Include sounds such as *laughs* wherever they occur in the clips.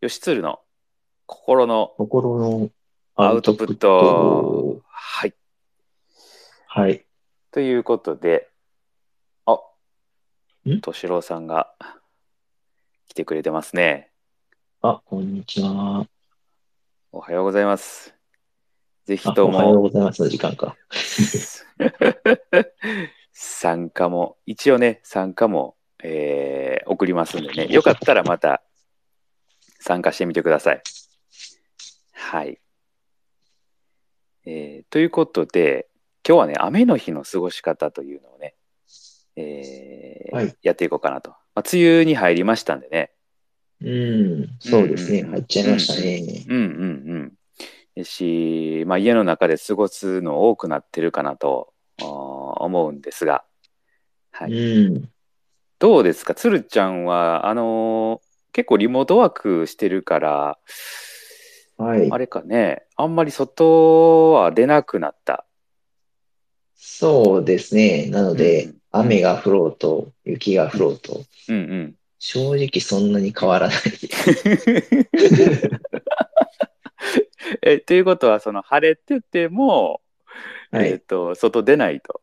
吉鶴の心の心のアウトプット。はい。はい。ということで、あん敏郎さんが来てくれてますね。あ、こんにちは。おはようございます。ぜひあとおはようもございます。時間か。参加も、一応ね、参加も、えー送りますんでね、よかったらまた参加してみてください。はい。えーということで、今日はね、雨の日の過ごし方というのをね、えーはいやっていこうかなと。まあ、梅雨に入りましたんでね、うん、そうですね。うん入っちゃいましたね。うんうんうん。ですし、まあ、家の中で過ごすの多くなってるかなとあー思うんですが、はうん。い、どうですか、つるちゃんはあのー結構リモートワークしてるから、はいあ。れかね、あんまり外は出なくなった。そうですね。なので、うん雨が降ろうと、雪が降ろうと、うんうん。 *laughs* 正直そんなに変わらない。えということは、その晴れてても、はえっい。と外出ないと。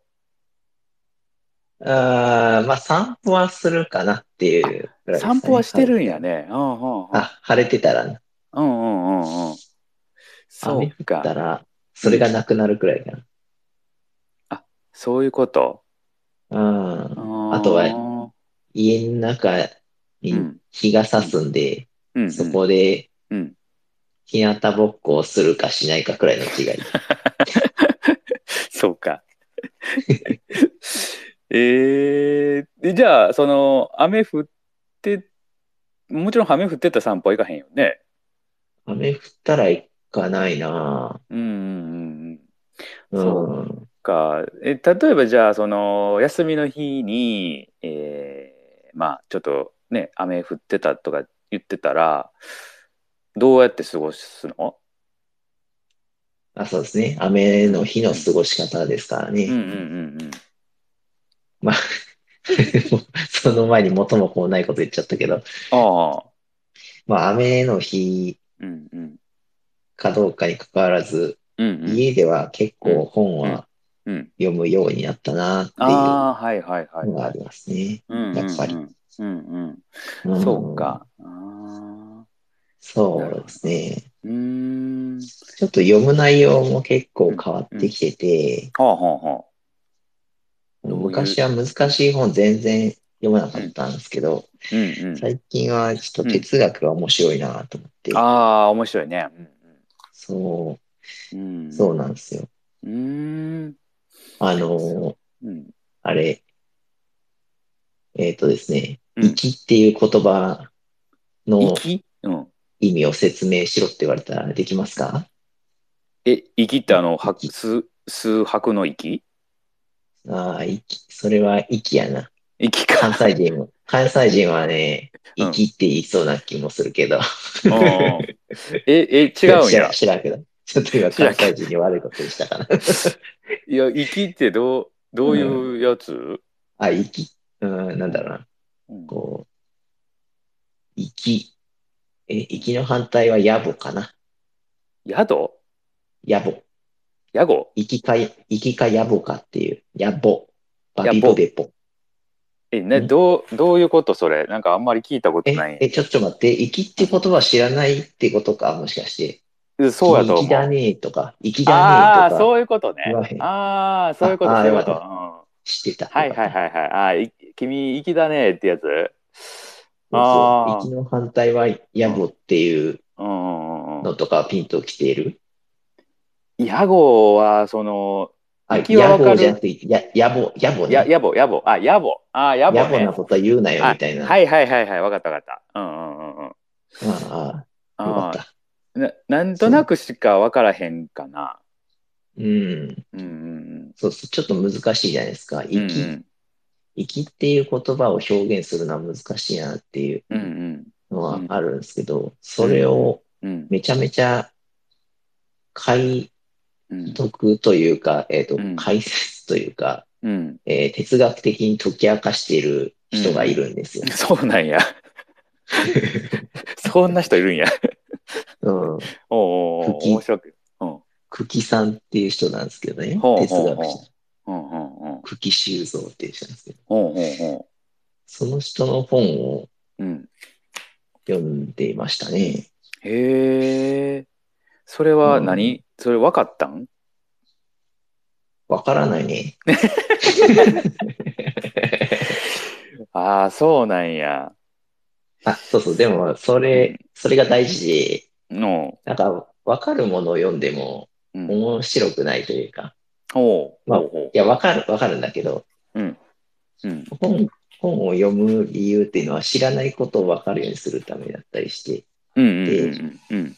あーまあ、散歩はするかなっていうぐらいですね散歩はしてるんや。ね。うんうんうんあ、晴れてたら、ね、うんうんうんうん。そう降ったか。ら、それがなくなるくらいかな。そういうこと。あーああとはー家の中うにん日が差すんで、うんうん、そこでうん。日向ぼっこをするかしないかくらいの違 *laughs* い。そうか。 *laughs* えーで、じゃあ、その、雨降って、もちろん雨降ってたら散歩は行かへんよね。雨降ったら行かないなうんうんうんうん。ぁ。そうん。か。え、例えばじゃあ、その、休みの日に、えーまあ、ちょっとね、雨降ってたとか言ってたら、どうやって過ごすのあ、そうですね。雨の日の過ごし方ですからね。うんうんうんうん。まあ、 *laughs* その前に元も子もないこと言っちゃったけど、ああ。まあ雨の日うんうん。かどうかに関わらず、うんうん。家では結構本はうん。読むようになったなっていああ、はいはいはうい。のがありますね。うんやっぱり。うんうんう。うんんそう。か。あーそうですね。うーん。ちょっと読む内容も結構変わってきてて、はあはあはあ。どういう昔は難しい本全然読まなかったんですけど、うんうん。最近はちょっと哲学が面白いなと思って、ああ、面白いね。そうんうん。う、そううなんですよ。ーん。あの、うん。あれ、えっ、とですね、うん生きっていう言葉の息うん。意味を説明しろって言われたらできますかえ、息ってあの、は息数、数拍の息ああ、生き、それは生きやな。息か。関西人も、関西人はね、うん生きって言いそうな気もするけど、うん *laughs* え、え、違うんや。知らんけど。ちょっと今、知らん関けど西人に悪いことにしたかな。 *laughs* いや、息ってどう、どういうやつあ、生き、うん、なんだろうな、うんこう、生き、え、生きの反対は野暮かな。宿野暮。野暮生きか、生きか野暮かっていう、野暮。バビボベポ。え、ね、うんどう、どういうことそれなんかあんまり聞いたことえない、。え、ちょっと待って、生きって言葉知らないってことか、もしかして。うんそうやと生き思だう。ねえとか、生きだあねあ、えとか、そういうことね言わへ。んああ、そういうこと、あそういうこと。うあんー知ってた。はいはいはいはい。ああー、い君、粋だねってやつ。そうあそう。あ生きの反対は野暮っていううんうんうんうのとか、ピンときている。ん。野暮は、その、あ、生きはわ野かる暮じゃなくて、や、野暮、野暮ね。や、野暮、野暮。あ、野暮。ああ、野野暮暮ねな。ことは言うなよあみたいな。はいはいはいはい。わかったわかった。うんうんうんうん。ああ、よかっあた。ーななんとなくしかわからへんかな。うん。うんうんそうそう。ちょっと難しいじゃないですか。うん。生き、うん生きっていう言葉を表現するのは難しいなっていううんうんのはあるんですけど、それをうんめちゃめちゃ解うん読というか、えっとうん、解説というか、うん。えー哲学 *laughs* 的 *laughs* に解き明かしている人がいるんですよ。そうなんや。そんな人いるんや。うん。おうおうおう好き面白く。うん。久喜さんっていう人なんですけどね。ほうほう哲ほう学者。うんうんうん。久喜修造っていう人なんですけど。おうおうおうその人の本をうん。読んでいましたね。へえ。それは何、それ分かったんわからないね。ああ、そうなんや。あ、そうそう。でも、それ、それが大事で、の、なんか、わかるものを読んでもうん。おう面白くないというか、おうまあおういや、わかる、わかるんだけど、うん。本、本を読む理由っていうのは知らないことをわかるようにするためだったりして、うんうんうんうんうん。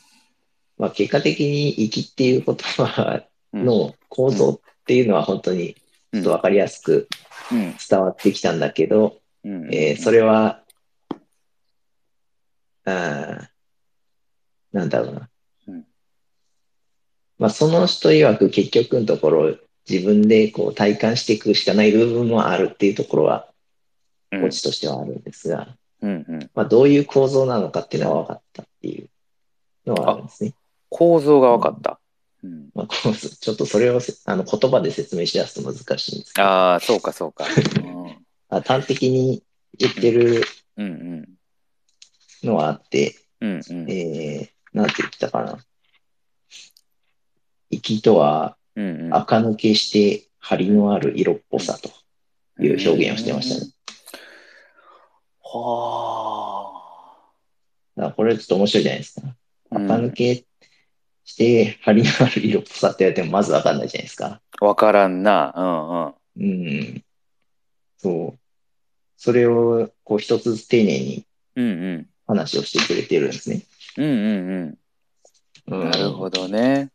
まあ、結果的に生きっていう言葉うんの構造っていうのは本当にちょっとわかりやすくうん伝わってきたんだけど、うんうんえーそれは、あーなんだろうなうん。まあ、その人曰く結局のところ、自分でこう体感していくしかない部分もあるっていうところは、うんオチとしてはあるんですが、うんうんまあ、どういう構造なのかっていうのは分かったっていうのはあるんですね。構造が分かった。うん、まあ、構造ちょっとそれをせあの言葉で説明しやすと難しいんですけど、ああ、そうかそう *laughs* か。うんまあ端的に言ってるうんのはあって、うんうんうんえー、なんて言ってたかな。粋とは、うんうん。垢抜けして、張りのある色っぽさという表現をしてましたね。うん。はだからこれちょっと面白いじゃないですか。あ。う垢抜んけして、張りのある色っぽさって言われても、まずわかんないじゃないですか。わからんな。うんうん。うん。そう。それを、こう、一つずつ丁寧にうんうん。話をしてくれてるんですね。うんうんううんん。なるほどね。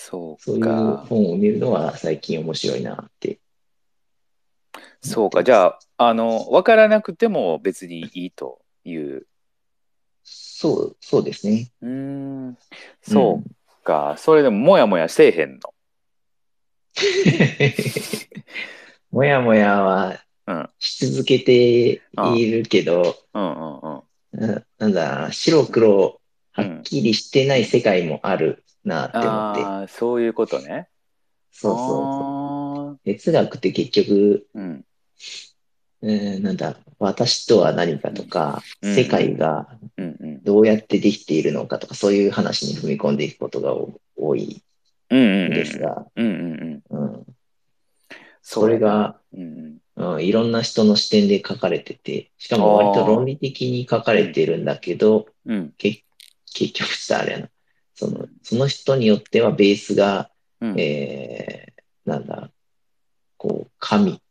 そうそういうか。本を見るのは最近面白いなって。そうか。じゃあ、あの、わからなくても別にいいという。そう、そうですね。うーん。そうか。それでももやもやせえへんの。 *laughs* もやもやはうんし続けているけど、うんうんうん。ななんだろうな、白黒はっきりしてない世界もあるなって思って。ああ、そういうことね。そうそうそう。哲学って結局、あーうん。うん、なんだ、私とは何かとか、うん世界がうんうん。どうやってできているのかとか、そういう話に踏み込んでいくことが多多いうんうんんうん。ですが、うんうんうん。うん、そそれが、うやな。うんうん。うん、いろんな人の視点で書かれてて、しかも割と論理的に書かれているんだけど、うん結結局さ、あれやな。その、その人によってはベースが、うん。えー、なんだ、こう、神、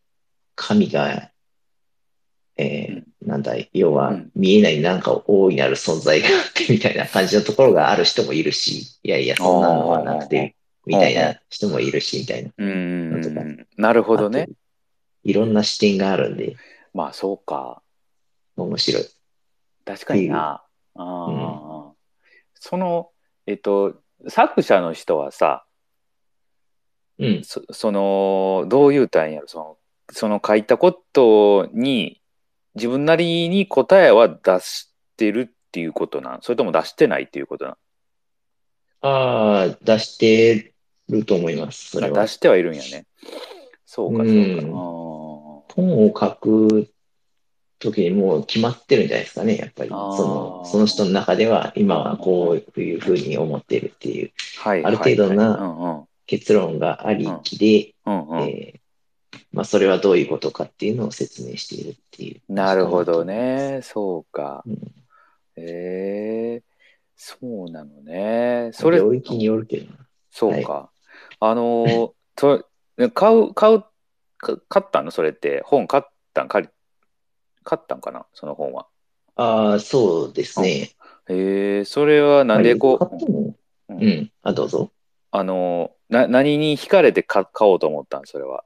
神が、えーなんだ、要うはん見えないなんか大いなる存在があって *laughs* みたいな感じのところがある人もいるし、いやいや、そんなのはなくて、みたいな人もいるし、みたいな。うんうんうなんとんかうん。なるほどね。。いろんな視点があるんで、まあそうか。面白い。確かにな。ああ。その、えっと、作者の人はさ、うん、そその、どう言うたんやろ、その、その書いたことに、自分なりに答えは出してるっていうことなんそれとも出してないっていうことなんああ、出してると思います、それは出。してはいるんやね。そうか、そうか。うん本を書く時にもう決まってるんじゃないですかね、やっぱり。そあーのその人の中では、今はこういうふうに思ってるっていうあーはい、ある程度なはいはい結論がありきで、うんうんうんうんえーまあ、それはどういうことかっていうのを説明しているっていう。なるほど。ね、そうかうん。ええそうなのね。そそれれ領域によるけどな。そうか。あのー *laughs* それ買う買うか買ったのそれって本買ったん借り買ったんかなその本は。ああ、そうですね。ええそれはなんでこ買っうて、もううんん。あ、どうぞ。あのーな何に惹かれて買買おうと思ったんそれは。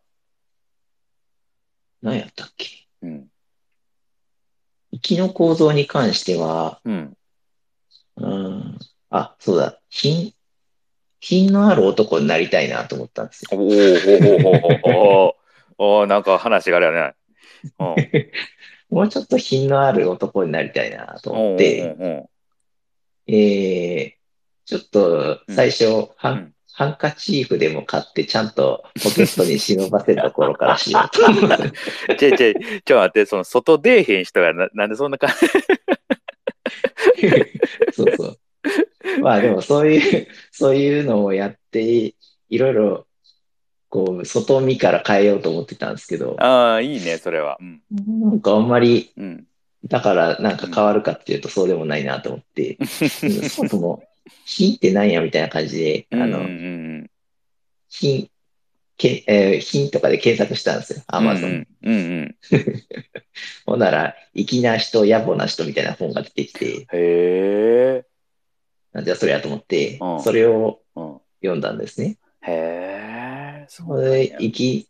何やったっけ。うん息の構造に関しては、うんうんあ、そうだ。品、品のある男になりたいなと思ったんですよ。 *laughs* おお *laughs* おおおおおおおなんか話があれやね。もうちょっと品のある男になりたいなと *laughs* 思って、で、えー、ちょっと最初、ハうんンハンカチーフでも買って、ちゃんとポケットに忍ばせるところからしようと思っ *laughs* て。ちょいちょい、ちょっと待って、その外出えへん人がな、なんでそんな感じ。そうそう。まあでもそういう、そういうのをやって、いろいろ、こう、外見から変えようと思ってたんですけど、 *laughs* ああ、いいね、それは。うん。なんかあんまり、うん。だからなんか変わるかっていうとそうでもないなと思って、うんそもそも、品ってなんやみたいな感じで、あうんうの、んうん品、け、えー品とかで検索したんですよ、アマゾン。。うんうんうんうん。ほんなら、粋な人、野暮な人みたいな本が出てきて、へえ。なんじゃそれやと思ってうん、それをうん。読んだんですね。へえ。そこれ、生き、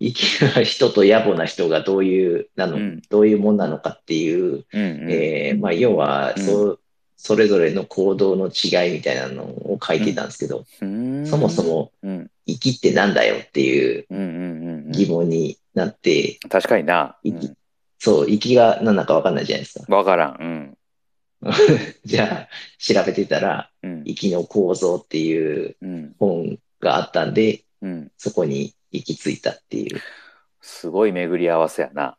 生きな人と野暮な人がどういう、なの、うんどういうもんなのかっていう、うんうん。えーまあ、要は、うんそう、それぞれの行動の違いみたいなのを書いてたんですけど、うーんそもそ。も、うん。生きってなんだよっていううんうんうんう疑ん。問になって、確かにな。う生きんそう、生きが何だかわかんないじゃないですか。 *laughs* わからん。じゃあ、調べてたら、うん。うん生きの構造っていううん。本があったんで、うん。そこに行き着いたっていう。すごい巡り合わせやな。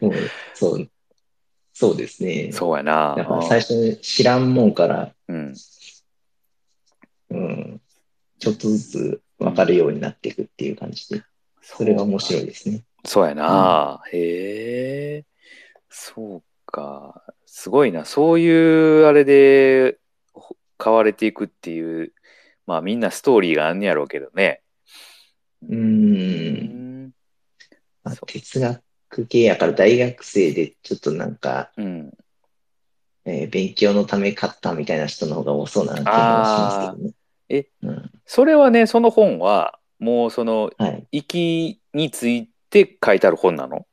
もう、そう、そうですね。そうやな。だから最初に知らんもんから、うん。うん、ちょっとずつ分かるようになっていくっていう感じで、それが面白いですね。そうやな、へえそうかすごいなそういうあれでほ買われていくっていうまあみんなストーリーがあんねやろうけどねう。うんんまあそう哲学系やから大学生でちょっとなんか、うんえー勉強のため買ったみたいな人の方が多そうな気がしますけどね。えうん、それはねその本はもうそのはい。息について書いてある本なの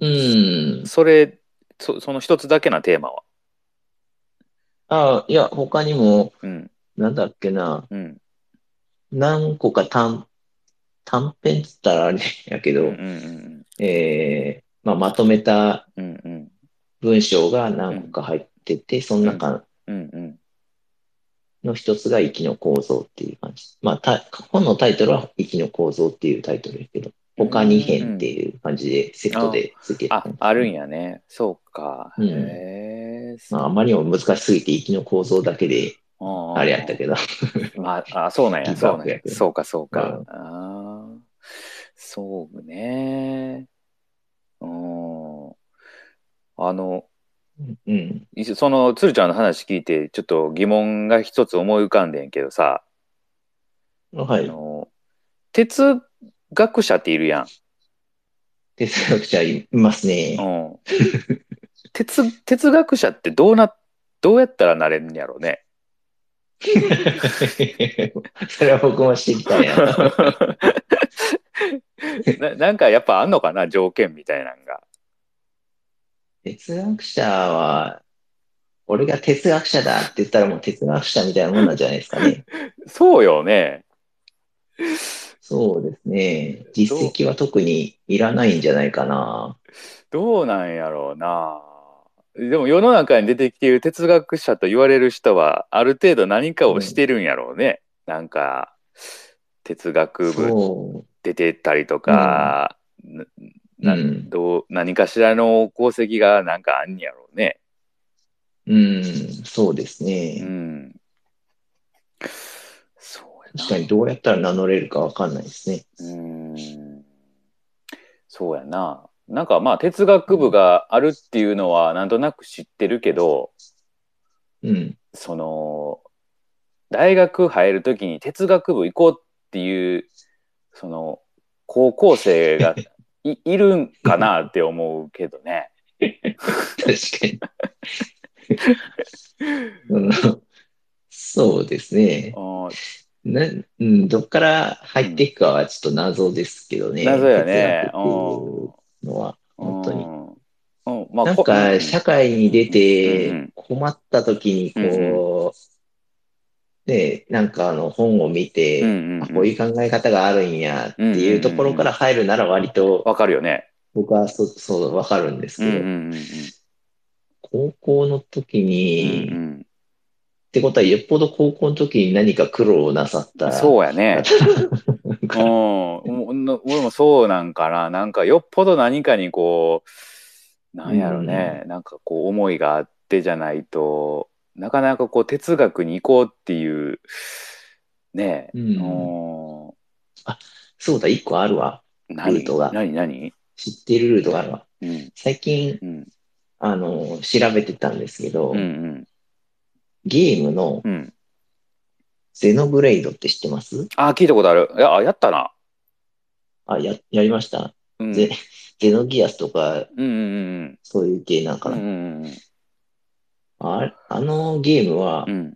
うん。それそその一つだけなテーマはああ、いや、他にも、うんなんだっけな、うん何個か短、短編っつったらあれやけうんど、うんうんえーまあ、まとめたうんうん文章が何個か入ってて、その中うんうんの一つが息の構造っていう感じ。まあ、た本のタイトルは息の構造っていうタイトルやけど、他2編っていう感じでセットでついてああるんや。やねそうか、うんへえまあ、あまりにも難しすぎて息の構造だけであれやったけど、まあ、あそうなんや、ギブアそうッなんプやや。けどそうか、そうかう。ああ、そうね。うん。あの、うん。いその、鶴ちゃんの話聞いて、ちょっと疑問が一つ思い浮かんでんけどさ、はあい。の、哲学者っているやん。哲学者いま *laughs* すうね。ん。哲、哲学者ってどうな、どうやったらなれんやろう *laughs* ね。それは僕も知りたいな。ななんかやっぱあんのかな、条件みたいなんが。哲学者は、俺が哲学者だって言ったらもう哲学者みたいなもんなんじゃないですかね。そうよね。そうですね。実績は特にいらないんじゃないかな。どうなんやろうな。でも世の中に出てきている哲学者と言われる人はある程度何かをしてるんやろうね。なんか哲学部そ出てたりとか、う。なうん。どう何かしらの功績がなんかあんやろうね。うん。そうですうね。ん。そうや確なか。にどうやったら名乗れるかわかんないですね。うーんそうやな。なんかまあ哲学部があるっていうのはなんとなく知ってるけど、うん。その大学入る時に哲学部行こうっていうその高校生 *laughs* がいいるんかなって思うけどね。確かに。うんそうですね。うんな、うん、どっから入っていくかはちょっと謎ですけどね。謎やね。哲学っていうのは、本当に。うんうんまあなんこか、社会に出うんうんて困った時に、うんこう、で、なんかあの本を見て、うんうんあうんこういう考え方があるんやっていうところから入るなら割とわかるよね。僕はそそうわかるんですうんうんうけど、ん高校の時に、うっんてことはよっぽど高校の時に何か苦労をなさっうん。た。そうや *laughs* ね。なんうんか、おの俺もそうなんかな。なんかよっぽど何かにこう、なんやろね、なんかこう思いがあってじゃないと、なかなかこう哲学に行こうっていう、ねうえ、んおそうだ、一個あるわ。何ルートが何何知っているルートがあるわ。うん最近、うんあの、調べてたんですけど、うんうんゲームのうん。ゼノブレイドって知ってますあ、聞いたことある。いや、あやったな。あ、や、やりました。うん。ゼゼノギアスとか、うんうんそういう系なんうかんうん。うな。んうんああのゲームはう、ん。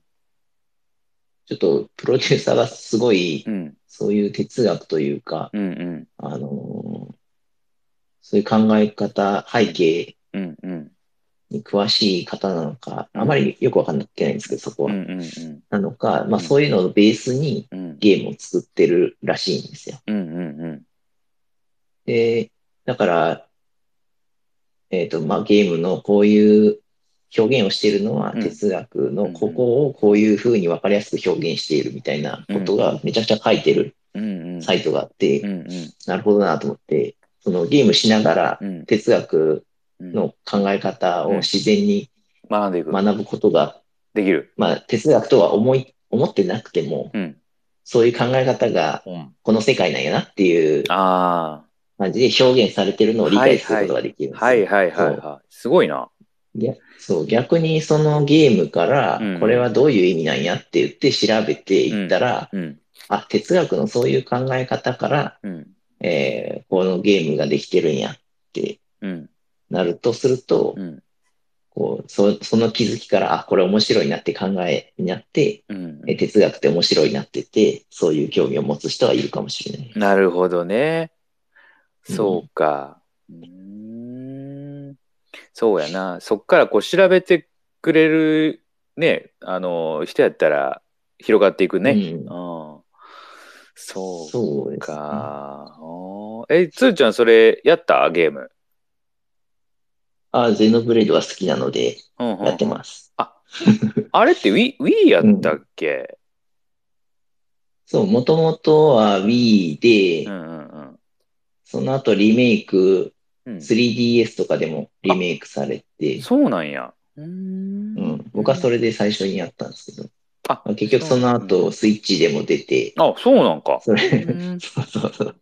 ちょっとプロデューサーがすごい、うんそういう哲学というか、うんうんあのーそういう考え方、背景うんうんに詳しい方なのか、あまりよくわかんなってないんですけど、そこうんうは。んうんなのか、まうんあそういうのをベースにうんゲームを作ってるらしいんですよ。うんうんで、だから、えっと、まあゲームのこういう表現をしているのはうん哲学うんうのんここをこういうふうにわかりやすく表現しているみたいなことがめちゃくちゃ書いてるうんサイトがあって、うんうんなるほどなと思って、そのゲームしながらうん哲学うんの考え方を自然に学んでいく。学ぶことが、できる。まあ哲学とは思い、思ってなくても、うん。そういう考え方がうん、この世界なんやなっていうあ感じで表現されてるのを理解することができるんあ。ですよはいはいはいはい。すごいな。いやそう、逆にそのゲームからうん、これはどういう意味なんやって言って調べていったら、うん。あ、哲学のそういう考え方から、うん。えーこのゲームができてるんやってうん。なるとすると、うん。こうそその気づきから、あ、これ面白いなって考えになって、うんえ哲学って面白いなってて、そういう興味を持つ人がいるかもしれない。なるほどね。うんそうか。うーん。そうやな。そっからこう調べてくれるね、あの、人やったら広がっていくね。うんうん。そうそうですね。か。おーえ、つーちゃんそれやったゲーム。あ、ゼノブレードは好きなので、うんうんやってます。あれって Wii, Wii やったっけ、そう、もともとは Wii で、うん、うんうんその後リメイク、うん 3DS とかでもリメイクされて、そうなんや。ううんん、僕はそれ。れで最初にやったんですけど、あまあ結局その後スイッチでも出て、あ、そうなんか。そうれ、んそうそうそう。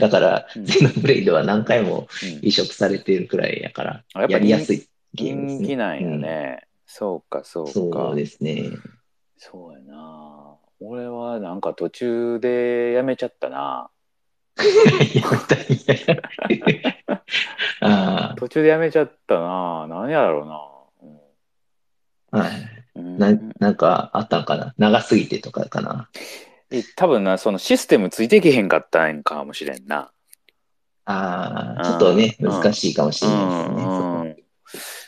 だから、うんゼノブレイドは何回も移植されてるくらいやから、あやっぱやりやすいゲームです人ね。気なんやね。そうか、そううん。か。そうですね。 *laughs* そうやな。俺はなんか途中でやめちゃったな。 *laughs* あ途中でやめちゃったな。なんやろうあ、はい。な。うんなうん、なんかあったんかな長すぎてとかかなえ多分な、そのシステムついていけへんかったんかもしれんな。ああーあ、ちょっとね、うん難しいかもしれないですね。うんう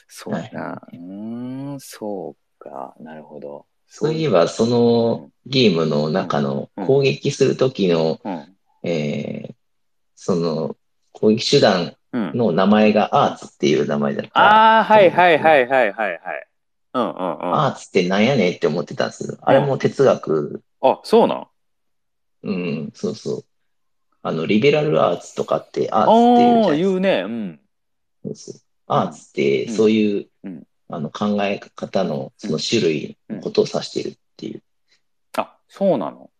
そこんそうやな。うーん、そうか。なるほど。そういえば、そのゲームの中のうん攻撃するときの、うん。えーその攻撃手段うん。の名前がアーツっていう名前だった。ああ、はいはいはいはいはいはい。うんうんうん。あ、アーツってなんやねんって思ってたんですけど、あれも哲学、そうなん。うん、そうそう。あの、リベラルアーツとかってアあーツっていうじあゃなー、いです言かうね。うん。そうそうアーツって、そういう、うんあの考え方のその種類のことを指してるっていう。あ、そうなの。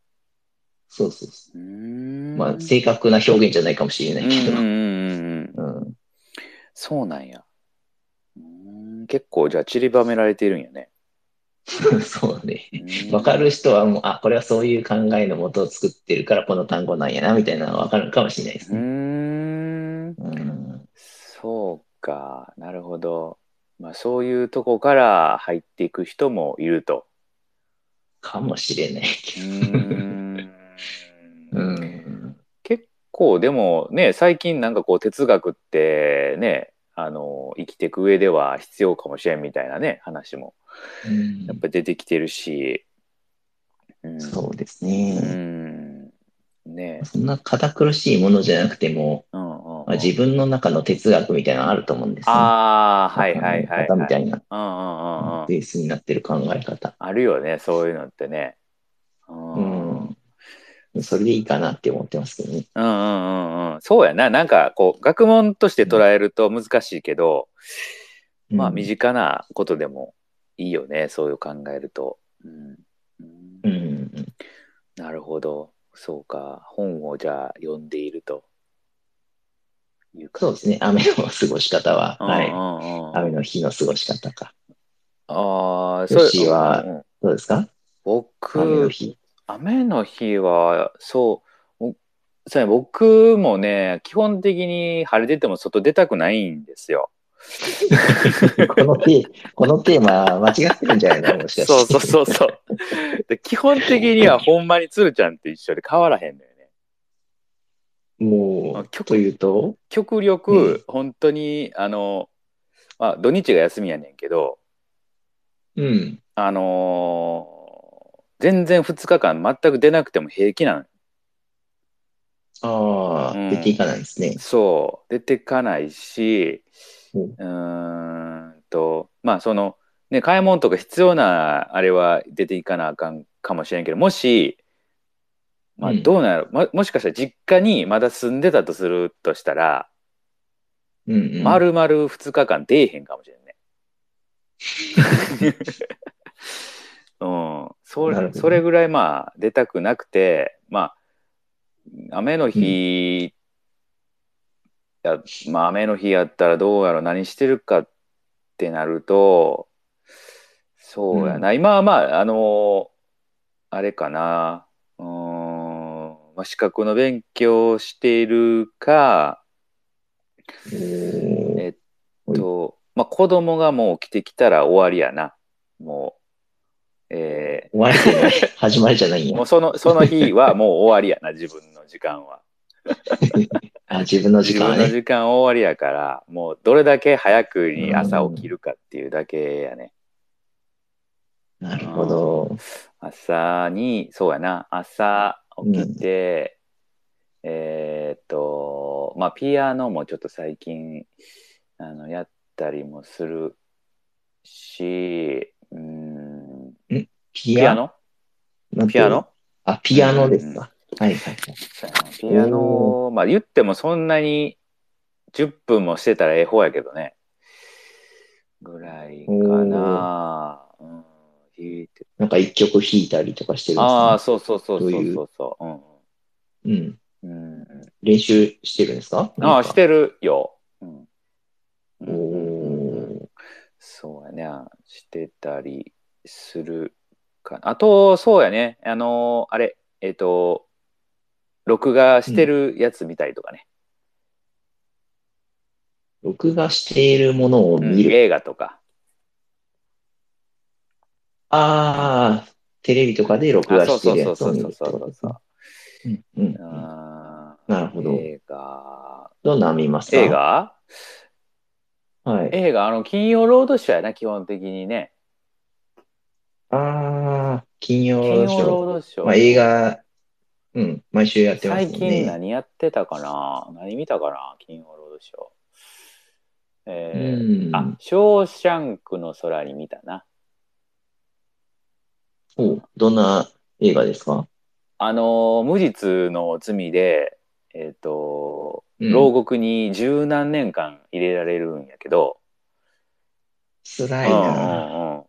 そうそうそうーう。ん。まあ、正確な表現じゃないかもしれうなんいうけんうど。んうん。うん、そうなんや。うーん結構じゃあ散りばめられてるんやね。 *laughs* そうね。うーんわかる人はもう、あ、これはそういう考えのもとを作ってるから、この単語なんやな、みたいなのはわかるかもしれないですうーね。ん。うん、そうか。なるほど。まあそういうとこから入っていく人もいると。かもしれないうけど。ーんうん、結構でもね最近なんかこう哲学ってねあの生きていく上では必要かもしれんみたいなね話もやっぱ出てきてるし、うんそうですうね。ん。ねえ。そんな堅苦しいものじゃなくても、うんうんうんまあ、自分の中の哲学みたいなのあると思うんですよ、ああ、はいはいはい、考え方はみたい。いなうんうんうんうん。ベースになってる考え方。あるよね、そういうのってね。うんううんん。それでいいかなって思ってますけどね。うんうんうん。そうやな。なんか、こう、学問として捉えると難しいけど、まあ、身近なことでもいいよね、そういう考えると。うんうんうん。うん。なるほど。そうか。本をじゃあ読んでいると。いうそ感うじですね。雨の過ごし方は、うんはい。うんうん雨の日の過ごし方か。ああ、よしはうんうんどうですか僕、雨の日。雨の日は、そう、おそうね僕もね、基本的に晴れてても外出たくないんですよ。このテー *laughs* このテーマ、間違ってるんじゃないのもしかして。そうそうそうそう。で基本的にはほんまに鶴ちゃんと一緒で変わらへんのよね。もあう、曲というと、極うん力、本当に、あの、まあ、土日が休みやねんけど、うん。あのー全然2日間全く出なくても平気なの。ああ、うん出ていかないですね。そう、出てかないし、うんうーんと、まあその、ね、買い物とか必要なあれは出ていかなあかんかもしれんけど、もし、まあうんどうなる、ま、もしかしたら実家にまだ住んでたとするとしたら、うん、うん。まるまる2日間出えへんかもしれんね。 *laughs* うん、そなれるほどそれぐらいまあ出たくなくてまあ雨の日、やまあ雨の日やったらどうやろう何してるかってなるとそうやな、今はまああのあれかなうーん、まあ、資格の勉強をしているかおーえっと、まあ、子供がもう起きてきたら終わりやな。もう、え終わりじゃない。始まりじゃないーんもやう。その、その日はもう終わりやな、自分の時間は。あ自分の *laughs* 時自間は分のね。時間終わりやから、もうどれだけ早くに朝起きるかっていうだけやね。なるほど。朝に、そうやな、朝起きて、えーっと、まあ、ピアノもちょっと最近、あの、やったりもするし、うん、ピピアアノノピアノあ、ピアノですか。はいはいはい。ピアノ、まあ言ってもそんなに10分もしてたらええ方やけどね。ぐらいかな。うん、弾いてなんか一曲弾いたりとかしてるんですああ、かそうそうそうそうどそうういそうそうん。う。うん。うん練習してるんですかああ、し。てるよ。うん。なんかおーそうやね。してたりするかな。あと、そうやね。あのーあれ、えっ、と、録画してるやつ見たりとかね。録画しているものを見うんる。映画とか。ああ、テレビとかで録あ画そうしてそるうそやうつそをうそ見るうってことそうでそすねうんうう。んうんあーなるほど映画。どんなの見ますか映画はい。映画、あの、金曜ロードショーやな、基本的にね。ああ、金曜金ロー曜ドショロードショー。ー。まあ映画、うん、毎週やってま最すもん近ね。何やってたかな何見たかな金曜ロードショー。えうーあん、。ショーシャンクの空に見たな。おうどんな映画ですかあのー無実の罪で、えっ、と、うん牢獄に十何年間入れられるんやけど、辛いな。うんうんうん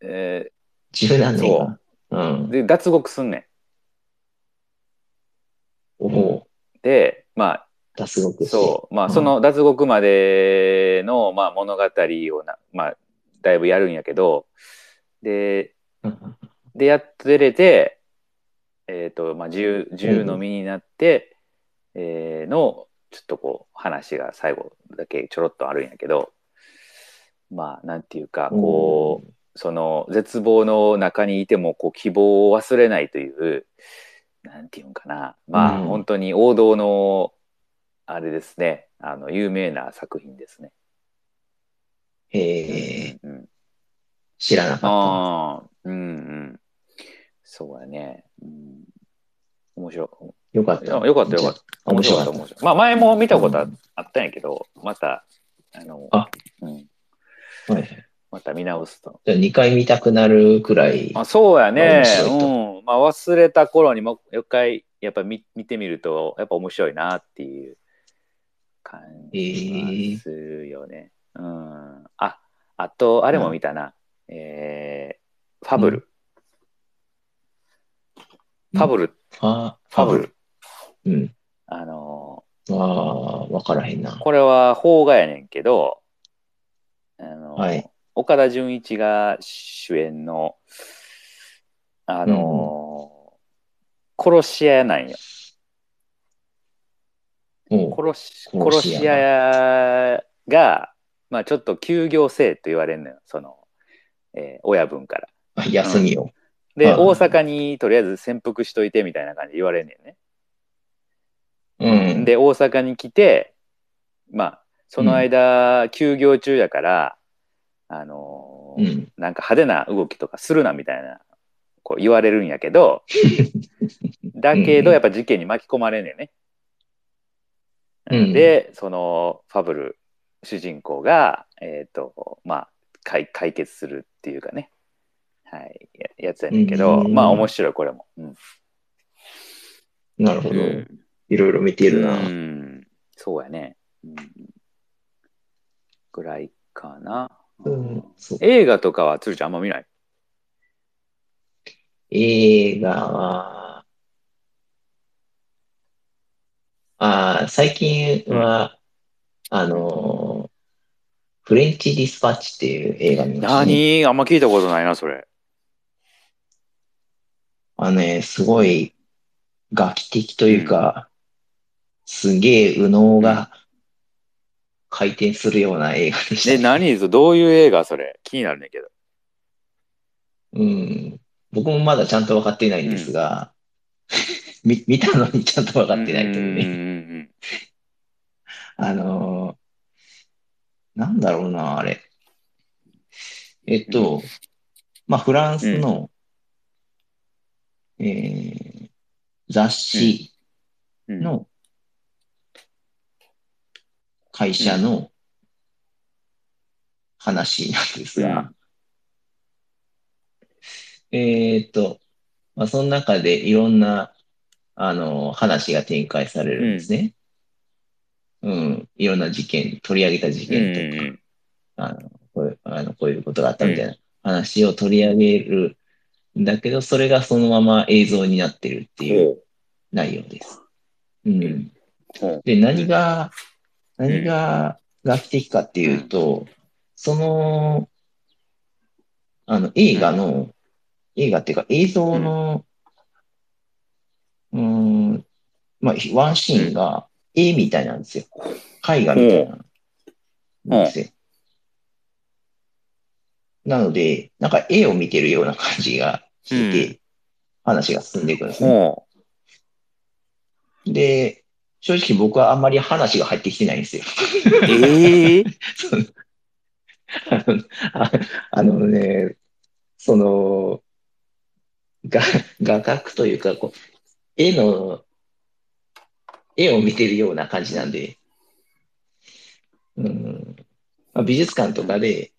え十何年か。うんー。で、脱獄すんねん。おおう。で、まあ、脱獄して。そう、まうあ、んその脱獄までの、まあ、物語をな、まあ、だいぶやるんやけど、で、うんで、やっと出れて、えっ、と、まあ、銃、銃の身になって、えーの、ちょっとこう、話が最後だけちょろっとあるんやけど、まあ、なんていうか、こう、その、絶望の中にいても、こう、希望を忘れないという、なんていうんかな、まあ、うん本当に王道の、あれですね、あの、有名な作品ですね。へえ、うんうん知らなかっああ、うんうん。そうやね。うん。面白い。よかっいた。やよかったよかっった。面白かった。面白いまあ前も見たことああったんやけど、また、あの、あうん、はいはいまた見直すと。じゃあ2回見たくなるくらい。あそうやね面白い。うん。まあ忘れた頃にもう一回、やっぱ見見てみると、やっぱ面白いなっていう感じがするよね。うん。あ、あと、あれも見たな。えー、ファブル。うんファブル、ファファブル。うん。あのーああ、わからへんな。これは邦画やねんけど、あの、はい岡田准一が主演の、あのー殺し屋なんよ。おう殺し殺殺しし屋屋が、まあちょっと休業制と言われるのよ、その、えー親分から。あ休みを。で、はい大阪にとりあえず潜伏しといてみたいな感じで言われんねんね。うん。で大阪に来てまあその間、休業中やからあのうーん。なんか派手な動きとかするなみたいなこう言われるんやけど *laughs* だけうんうどんやっぱ事件に巻き込まれんねんね。うんでそのファブル主人公がえっ、とまあ解解決するっていうかね、はい、ややつやねんけど、うんまあ面白いこれも。うんなるほど。いろいろ見てるな。うん、そうやね。うん、ぐらいかな。うんそう映画とかはつるちゃんあんま見ない映画は、ああ、最近は、あのーフレンチ・ディスパッチっていう映画見ましたね。何あんま聞いたことないな、それ。あのね、すごい画期的というか、すげえ右脳が回転するような映画でしたね、何ぞどういう映画それ気になるねんけど。うん。僕もまだちゃんと分かっていないんですが、 *laughs* み見たのにちゃんと分かってないというね。ね。あのーなんだろうな、あれ。えっと、まあ、フランスの、えー雑誌うんうんの会社の話なんですが、えーっと、まあ、その中でいろんな、あの、話が展開されるんですね。うん。いろんな事件、取り上げた事うん件とか、あの、こういう、あの、こういうことがあったみたいな話を取り上げるんだけど、それがそのまま映像になってるっていうほ内容です。うん。ほうで、何が、ん何が画期的かっていうと、その、あの、映画の、映画っていうか映像の、うーん、まあ、ワンシーンが絵みたいなんですよ。絵画みたいな。なんですよ。なので、なんか絵を見てるような感じがして、話が進んでいくんですね。ほで、正直僕はあんまり話が入ってきてないんですよ。 *laughs* う。ええそのあのああのね、その、が画角というかこう、絵の、絵を見てるような感じなんで、うんまあ、美術館とかで、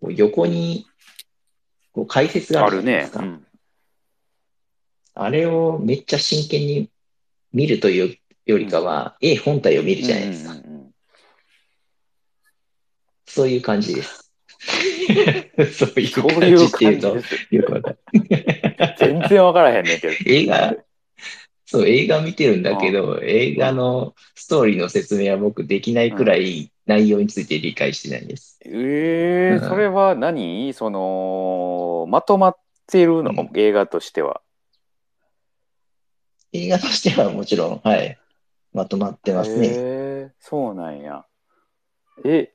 こう横にこう解説がああるるじゃないでねす。か。あれをめっちゃ真剣に見るというよりかは、絵本体を見るじゃないですか。うんうんうんそういう感じ *laughs* です。そういうそう感いじうってい感うじとです。よくわかる。全然わからへんねんけ *laughs* ど。映画、そう、映画見てるんだけど、映画のストーリーの説明は僕できないくらい内容について理解してないです。ええうんそれは何その、まとまってるの、うん映画としては。映画としてはもちろん、はい、まとまってますへね。えそうなんや。え、えー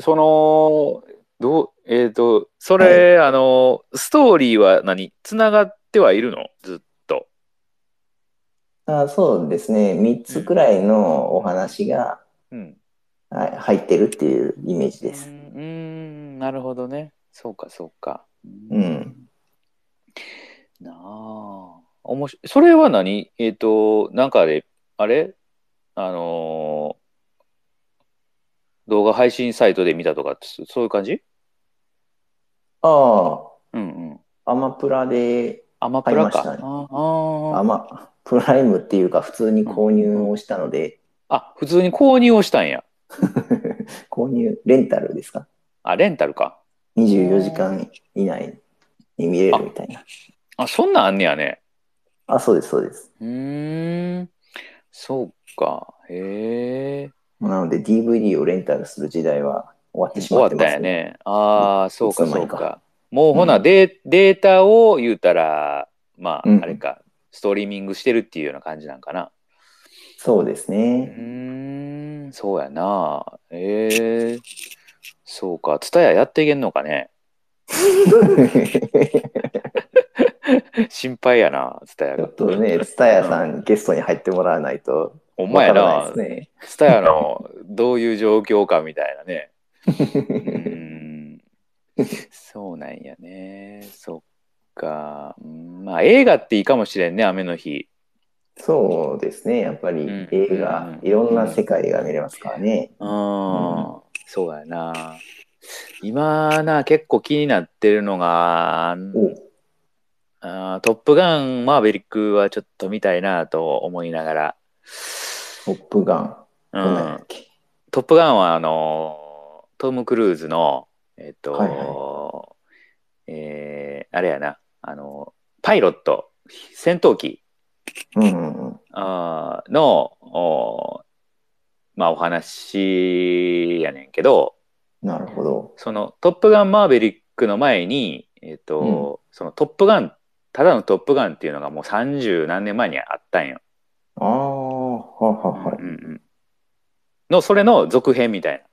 その、どう、えっ、と、それ、あの、ストーリーは何つながってはいるのずっと。あそうですね。3つくらいのお話がうん。はい入ってるっていうイメージうです。ん、なるほどね。そうか、そうか。うん。なあ。おもしそれは何えっ、と、なんかで、あれあのー動画配信サイトで見たとかって、そそういう感じあうんうん。あ、アマプラで、アマプラか。買いましたねあアあマ、プライムっていうか普通に購入をしたので、 *laughs* あ、普通に購入をしたんや。購入、レンタルですかあ、レンタルか。 ?24 時間以内に見れるみたいな。あ、そんなんあんねやね。あ、そうです、そうです。うーん。そうか。へえ。なので DVD をレンタルする時代は終わってし終まわっってまたすんや。ね。ああ、そうか、いつの間そうにかか。もうほな、うんデデータを言うたら、まあ、うんあれか、ストリーミングしてるっていうような感じなんかな。そうですうね。ーん、そうやな。ええそうか、ツタヤやっていけんのかね。心配やな、ツタヤ *laughs* ちょがっ。とね、ツタヤさんにゲストに入ってもらわないと、おわ前かやらなな、いでツタヤのどういう状況かみたいなね。すうーね。んそうなんやね。そっか。うんまあ映画っていいかもしれんね、雨の日。そうですね、やっぱりうん映画、うんいろんな世界が見れますからね。うん、んそうやな。今な、結構気になってるのが、おあートップガンマーヴェリックはちょっと見たいなと思いながら、トップガン。うどんなんやんっ、けトップガンはあのトム・クルーズのえっと、はいえーあれやなあのパイロット戦闘機うんうんうん。あーのお,、まあ、お話やねんけどなるほど。その「トップガンマーヴェリック」の前に、えっとそのトップガンただの「トップガン」っていうのがもう30何年前にあったんよ。ああ、はいはいはい。うんうんのそれの続編みたいな。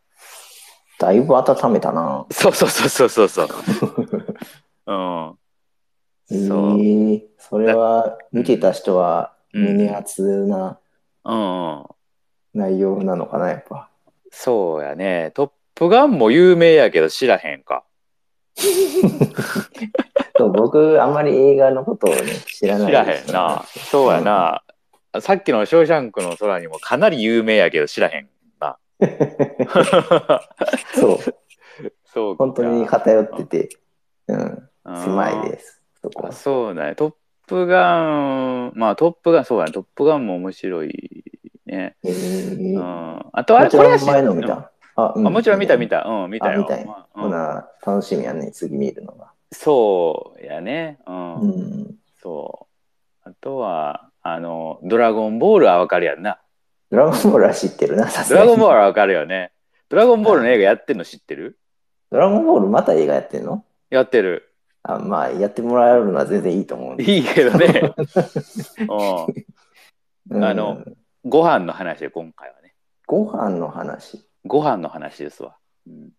だいぶ温めたな。そうそうそうそうそうそ *laughs* う。うん、えそうー、それは見てた人は胸熱なうんうん、内容なのかな、やっぱ。そうやね。トップガンも有名やけど知らへんか。 *laughs* そう僕、あんまり映画のことをね、知らない知らへんな。そうやな。さっきの「ショーシャンクの空」にもかなり有名やけど知らへん *laughs* な。そう、そうか本当に偏ってて、うん、狭いです、そこあは。そうだね。トップガン、まあトップガン、そうだね。トップガンも面白いね。えーうもん。あとあれ、ちこれろはん前の見うんた。あ、うあもちろん見た見た。た。うん、見たよ。あ見たよまあほうんな、楽しみやね、次見るのが。そうやね。うん。うん。そう。あとは、あの、ドラゴンボールはわかるやんな。ドラゴンボールは知ってるな、さすドがラゴにンボールはわかるよね。ドラゴンボールの映画やってんの知ってるドラゴンボールまた映画やってんのやってる。あまあ、やってもらえるのは全然いいと思うんで。いいけど *laughs* ね。ううんあの、ん。ご飯の話で今回はね。ご飯の話。ご飯の話ですわ。うん、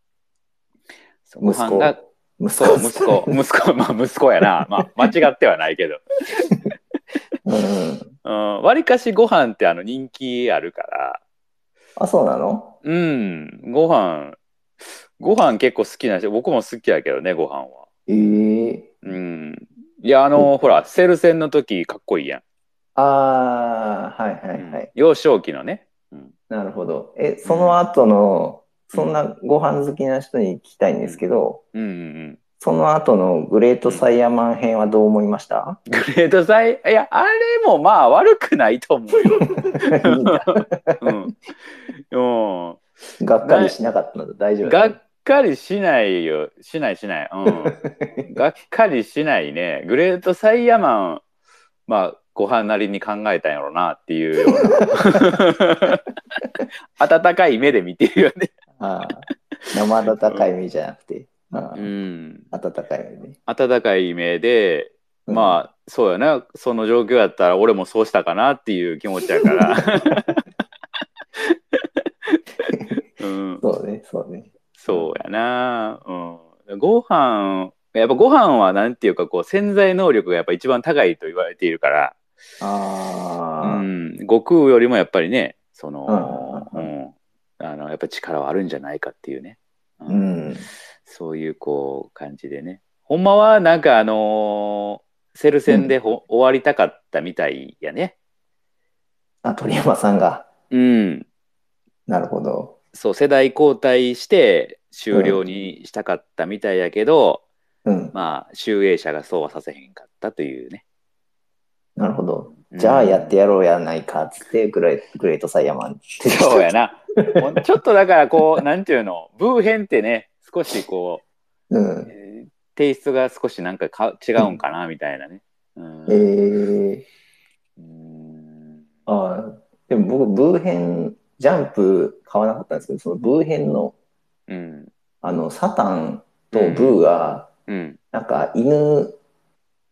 そうご息飯子が。息そう、息 *laughs* 子、息子、まあ息子やな。まあ間違ってはないけど。うんうん。うん、割かしご飯ってあの人気あるから、あ、そうなのうん、ご飯、ご飯結構好きな人、僕も好きやけどね、ご飯は。ええうん。いや、あの、ほら、セル戦の時かっこいいやん。ああ、はいはいはい。幼少期のね。うんなるほど。え、その後の、そんなご飯好きな人に聞きたいんですけど、うんうんその後のグレートサイヤマン編はどう思いました、グレードサイいやあれもまあ悪くないと思うよ。 *laughs* うんうんがっかりしなかったので大丈夫がっかりしないよしないしない、 *laughs* うん、がっかりしないねグレートサイヤマンまあご飯なりに考えたんやろなっていうよう *laughs* な温かい目で見てるよね。あー生温かい目じゃなくて、あうーん、温かい目ね。温かい目であ、まあそうやなその状況やったら俺もそうしたかなっていう気持ちや *laughs* から、うん、そうね、そうね。そうやな、うん、ご飯やっぱご飯はなんていうかこう潜在能力がやっぱ一番高いと言われているから、うああ、ん、悟空よりもやっぱりねその、ううんあのやっぱ力はあるんじゃないかっていうね、ううん。そういうこう感じでねほんまはなんかあのーセル戦でほ、終わりたかったみたいやね。あ、鳥山さんが。うん。なるほど。そう、世代交代して終了にしたかったみたいやけど、うん。まあ、集英社がそうはさせへんかったというね。なるほど。じゃあやってやろうやないかっつって、グレグレートサイヤマンって。そうやな。もうちょっとだからこう、 *laughs* なんていうの、ブー編ってね、少しこうう、ん。えーテイストが少しなんかか違うんかなみたいなね。うんえー、うんあーでも僕、ブー編、ジャンプ買わなかったんですけど、そのブー編の、うん。あの、サタンとブーが、うん。なんか犬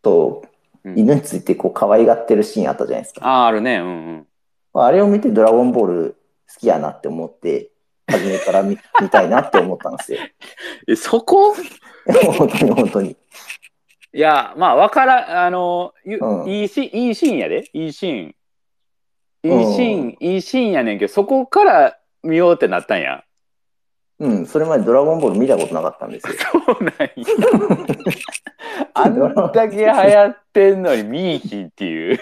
と、うん犬についてこう可愛がってるシーンあったじゃないですか。ああ、あるね。うんうん。まああれを見て「ドラゴンボール」好きやなって思って初めから見 *laughs* 見たいなって思ったんですよ。え、そこ *laughs* 本当に本当に。いや、まあ、わからん、あの、ゆうんいいシーン、いいシーンやで。いいシーン。うんいいシーン、いいシーンやねんけど、そこから見ようってなったんや。うん、それまで「ドラゴンボール」見たことなかったんです *laughs* よ。そうなんや。あんだけ流行ってんのに見いひんっていう。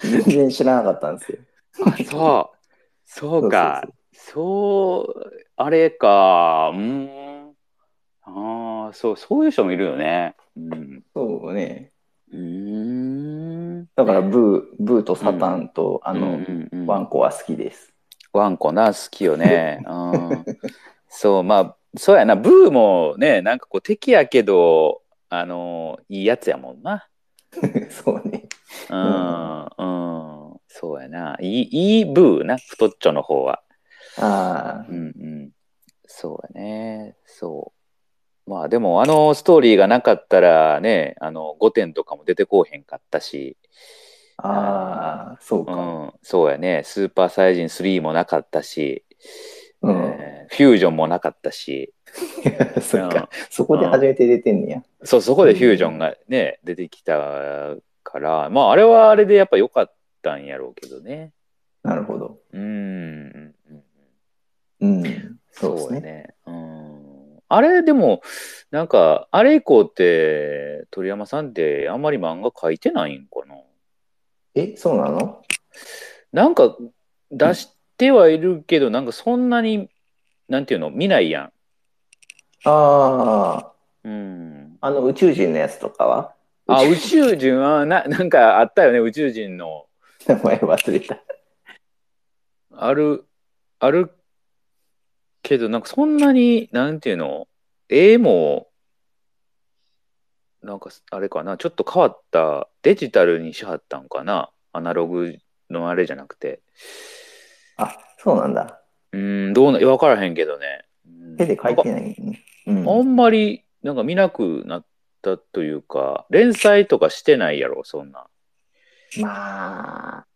全然知らなかったんですよ。あ、そう。そうか。そう、あれか。うーん。ああ、そう、そういう人もいるよね。うん。そうね。うーん。だからブー、ブーとサタンと、ああの、ワンコは好きです。ワンコな、好きよ *laughs* ね。うん、そう、まあ、そうやな、ブーもね、なんかこう、敵やけど、あのいいやつやもんな。そうね。うん、うん、そうやな。いい、いいブーな、太っちょの方は。あうんうん。そうやね、そう。まあ、でも、あのストーリーがなかったらね、あの、5点とかも出てこうへんかったし、あ、ああ、そううか。ん、そうやね、スーパーサイジン3もなかったし、うん。えーフュージョンもなかったし、 *laughs* そっうんか。そこで初めて出てんねや。そう、そこでフュージョンがね、出てきたから、まあ、あれはあれでやっぱ良かったんやろうけどね。なるほど。うーん。うん。そうですやね。ね。うん。あれ、でも、なんか、あれ以降って、鳥山さんってあんまり漫画書いてないんかなえ、そうなのなんか、出してはいるけど、なんかそんなに、なんていうの、見ないやああ。ん。うん。あの宇宙人のやつとかはあ、宇宇宙人は、な、なんかあったよね、宇宙人の。 *laughs* 名前忘れた。ある、あるけど、なんかそんなに、なんていうの、絵も、なんかあれかな、ちょっと変わった、デジタルにしはったんかな、アナログのあれじゃなくて。あ、そうなんだ。うーん、どうな、いやわからへんけどね。うん手で書ないてんかないね。うあん。んまり、なんか見なくなったというか、連載とかしてないやろ、そんな。まあ、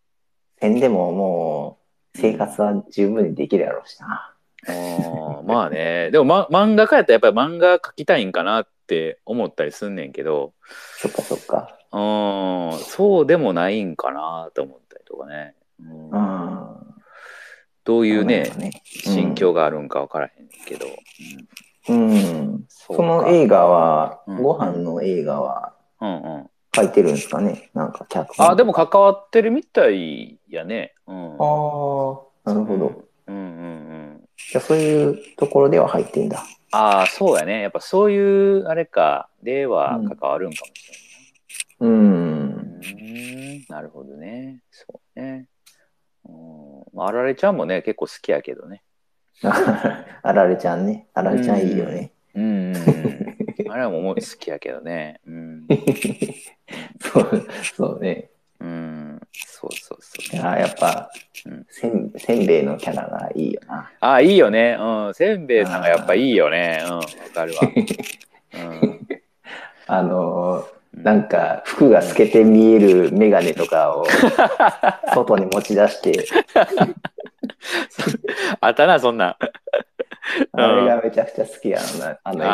せんでももう、生活は十分にできるやろうしな。あーまあね、でも、ま、 *laughs* 漫画家やったらやっぱり漫画描きたいんかなって思ったりすんねんけど、そっかそっか。うーん、そうでもないんかなと思ったりとかね。うんうん。どういうそねう、なんだ。心境があるんか分からへんけど。うん。そその映画は、うんご飯の映画は画。うんうん。書いてるんですかねなんか脚本。あ、でも関わってるみたいやね。うん。ああ、なるほど。うんうんうん。じゃあそういうところでは入ってんだ。ああ、そうやね。やっぱそういう、あれか、では関わるんかもしれない。うん。 *laughs* うーんなるほどね。そうね。うん。まああられちゃんもね、結構好きやけどね。あられちゃんね。あられちゃんいいよね。うんうん *laughs* うん。あれはもう好きやけどね。うん。そう、そうね。うん。そうそうそう。あやっぱ、うんせん、せんべいのキャラがいいよな。あ、いいよね。うん。せんべいさんがやっぱいいよね。うん。わかるわ。うんあのうんーなんか、服が透けて見えるメガネとか *laughs* を、外に持ち出して、あったな、そんなん。あれがめちゃくちゃ好きやろな、あのエピソードが。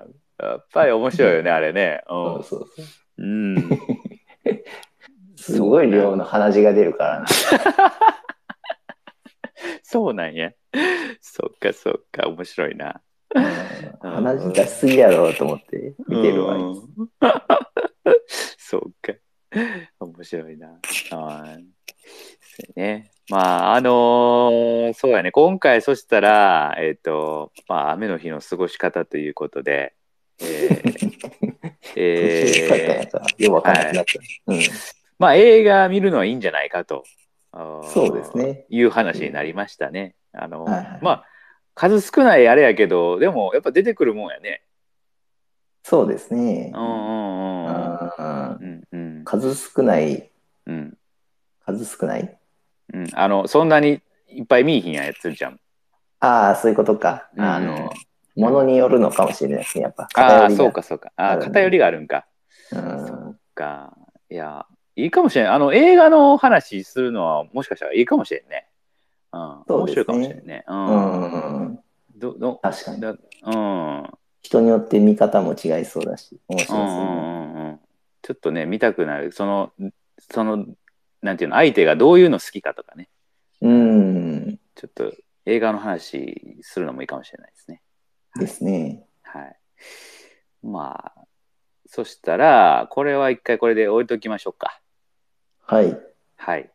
あーやっぱり面白いよね、あれね。そうそうそう。うん。うん。すごい量の鼻血が出るからな。そうなんや。そっかそっか、面白いな。 *laughs* うん話出しすぎやろうと思って見てるわ。うん *laughs* そうか。面白いな。はい。そうね。まあ、あのーそうやね。今回、そしたら、えっ、と、まあ、雨の日の過ごし方ということで、え *laughs* ーえーー、よくわかんなくなった。まあ、映画見るのはいいんじゃないかと。あーうん、そうです。ね。いう話になりましたね。あの、はいはいまあ、数少ないあれやけど、でも、やっぱ出てくるもんやね。そうですねう。んうんうん。あーうんうん数少ない、うん数少ない。うん、あのそんなにいっぱい見いひんやつじゃん。ああ、そういうことか。うんあの、ものによるのかもしれないですね、やっぱ。あ偏あー、りがそう。かそうか。あああ、るね偏りがあるんか。うん、かいや、いいかもしれない。あの映画の話するのはもしかしたらいいかもしれんね。うん、そ面うです白ねいかもしれんね。う。うんんうん、どど確かに。だうん人によって見方も違いそうだし、面白うそんううんうんうんちょっとね、見たくなる。その、その、なんていうの、相手がどういうの好きかとかね。ですね。うん、ちょっと映画の話するのもいいかもしれないですね。ですね。はい。まあ、そしたら、これは一回これで置いときましょうか。はい。はい。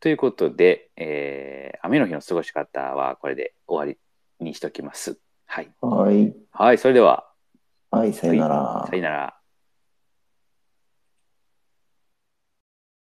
ということで、えー雨の日の過ごし方はこれで終わりにしときます。はい。はい。はい、それでは、はい、さよなら。さよなら。